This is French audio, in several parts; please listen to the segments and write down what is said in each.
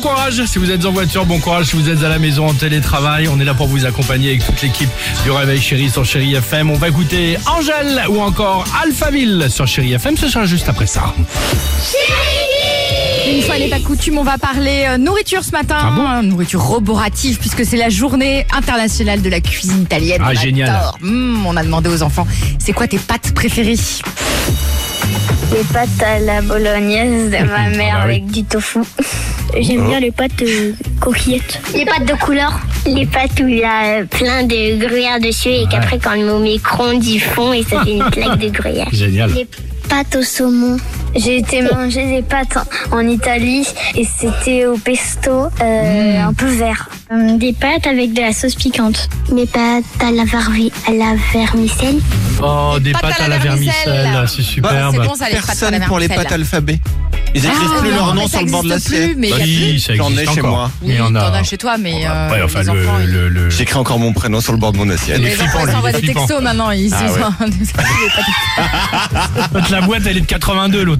courage si vous êtes en voiture, bon courage si vous êtes à la maison en télétravail. On est là pour vous accompagner avec toute l'équipe du Réveil Chéri sur Chéri FM. On va écouter Angèle ou encore Alphaville sur Chéri FM. Ce sera juste après ça. Une fois n'est pas coutume, on va parler euh, nourriture ce matin. Ah bon Hein, nourriture roborative, puisque c'est la journée internationale de la cuisine italienne. Ah, On génial. adore. Mmh, on a demandé aux enfants, c'est quoi tes pâtes préférées Les pâtes à la bolognaise de ma mère Ah bah oui. Oh. avec du tofu. J'aime bien les pâtes coquillettes. Les pâtes de couleur. Les pâtes où il y a euh, plein de gruyère dessus et qu'après quand on le met au micro-ondes ils fond et ça fait une plaque de gruyère. Génial. Les pâtes au saumon. J'ai été manger des pâtes en Italie et c'était au pesto, euh, Mmh. un peu vert. Euh, Des pâtes avec de la sauce piquante. Mes pâtes à la, à la vermicelle. Oh, des pâtes à la vermicelle. c'est Ah, superbe. C'est bon ça, les pâtes à la Personne pour les vermicelle. pâtes alphabet. Ils Ah, écrivent plus non, leur mais nom ça sur le bord de existe l'assiette. plus, mais il y a Bah, Si, ça J'en ai existe chez encore. moi. Oui, Mais on t'en a. Ah, as chez toi, mais euh, Ouais, enfin, les le- enfants, ils- le- le- J'écris encore mon prénom sur le bord de mon assiette. Les les enfants, flippants, ils les s'envoient des flippants. textos maintenant. Ils Ah ils ouais. sont- L'autre, La boîte, elle est de 82, l'autre.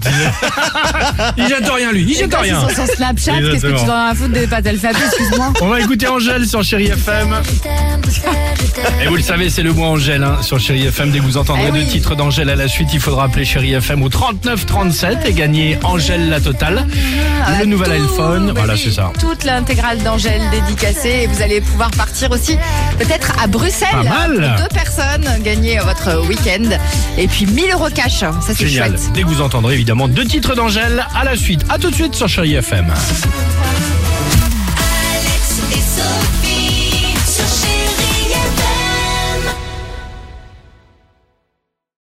Il jette rien, lui. Il jette Ils rien. sont sur Snapchat. Qu'est-ce que Exactement. tu dois à foutre des pâtes alphabet Excuse-moi. On va écouter Angèle sur Chéri FM. Et vous le savez, c'est le mot Angèle hein, sur Chéri FM. Dès que vous entendrez Eh oui. deux titres d'Angèle à la suite, il faudra appeler Chéri FM au 3937 et gagner Angèle la totale. Voilà, le nouvel tout, iPhone. bah Voilà, oui, c'est ça. Toute l'intégrale d'Angèle dédicacée. Et vous allez pouvoir partir aussi, peut-être à Bruxelles. Pas mal. Deux personnes gagner votre week-end. Et puis 1000 euros cash. hein. Ça, c'est Génial. chouette. Dès que vous entendrez évidemment deux titres d'Angèle à la suite. À tout de suite sur Chéri FM.